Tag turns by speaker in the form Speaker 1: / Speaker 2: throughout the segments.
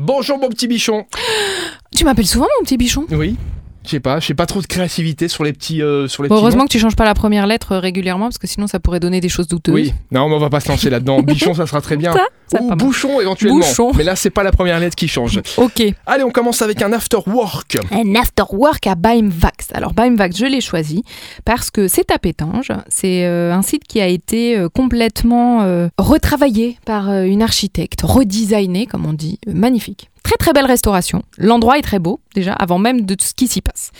Speaker 1: Bonjour mon petit bichon.
Speaker 2: Tu m'appelles souvent mon petit bichon
Speaker 1: Oui. Je sais pas, je sais pas trop de créativité sur les petits euh, sur les
Speaker 2: Bon,
Speaker 1: petits
Speaker 2: heureusement que tu changes pas la première lettre euh, régulièrement parce que sinon ça pourrait donner des choses douteuses.
Speaker 1: noms. Oui. Non, mais on va pas se lancer là-dedans. bichon ça sera très bien.
Speaker 2: Ça, ça
Speaker 1: Ou
Speaker 2: pas mal.
Speaker 1: bouchon éventuellement.
Speaker 2: Bouchon.
Speaker 1: Mais là c'est pas la première lettre qui change.
Speaker 2: Ok.
Speaker 1: Allez, on commence avec un after work.
Speaker 2: Un after work à Baimvax. Alors Baimvax, je l'ai choisi parce que c'est à Pétange. C'est euh, un site qui a été euh, complètement euh, retravaillé par euh, une architecte, redesigné comme on dit, Euh, magnifique. Très très belle restauration. L'endroit est très beau déjà avant même de ce qui s'y passe.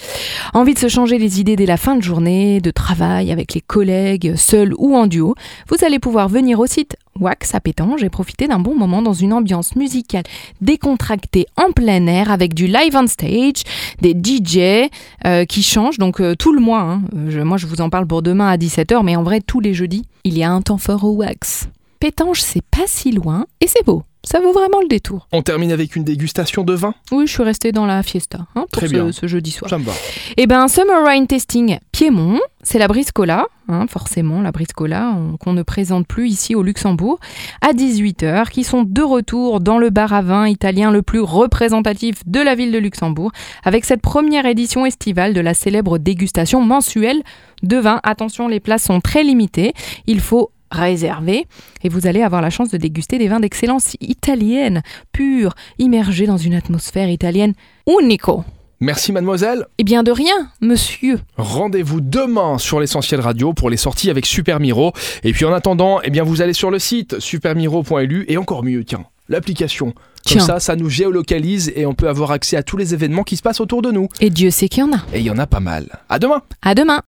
Speaker 2: Envie de se changer les idées dès la fin de journée, de travail avec les collègues, seul ou en duo, vous allez pouvoir venir au site Wax à Pétange et profiter d'un bon moment dans une ambiance musicale décontracté en plein air avec du live on stage, des DJ euh, qui changent, donc euh, tout le mois. hein. Euh, je- moi, je vous en parle pour demain à 17h, mais en vrai, tous les jeudis, il y a un temps fort au wax. Pétange, c'est pas si loin et c'est beau. Ça vaut vraiment le détour.
Speaker 1: On termine avec une dégustation de vin.
Speaker 2: Oui, je suis restée dans la fiesta hein, pour
Speaker 1: Très
Speaker 2: ce-
Speaker 1: bien.
Speaker 2: ce jeudi soir.
Speaker 1: Ça me va.
Speaker 2: Eh ben, Summer Wine Tasting Piémont, c'est la briscola, hein, forcément la briscola on- qu'on ne présente plus ici au Luxembourg, à 18h, qui sont de retour dans le bar à vin italien le plus représentatif de la ville de Luxembourg, avec cette première édition estivale de la célèbre dégustation mensuelle de vin. Attention, les places sont très limitées, il faut réserver et vous allez avoir la chance de déguster des vins d'excellence italienne, purs, immergés dans une atmosphère italienne unico.
Speaker 1: Merci mademoiselle.
Speaker 2: Eh bien de rien, monsieur.
Speaker 1: Rendez-vous demain sur l'essentiel radio pour les sorties avec Super Miro. Et puis en attendant, eh bien vous allez sur le site supermiro.lu et encore mieux, tiens, l'application. Comme
Speaker 2: Tiens.
Speaker 1: ça, ça nous géolocalise et on peut avoir accès à tous les événements qui se passent autour de nous.
Speaker 2: Et Dieu sait qu'il y en a.
Speaker 1: Et il y en a pas mal. À demain.
Speaker 2: À demain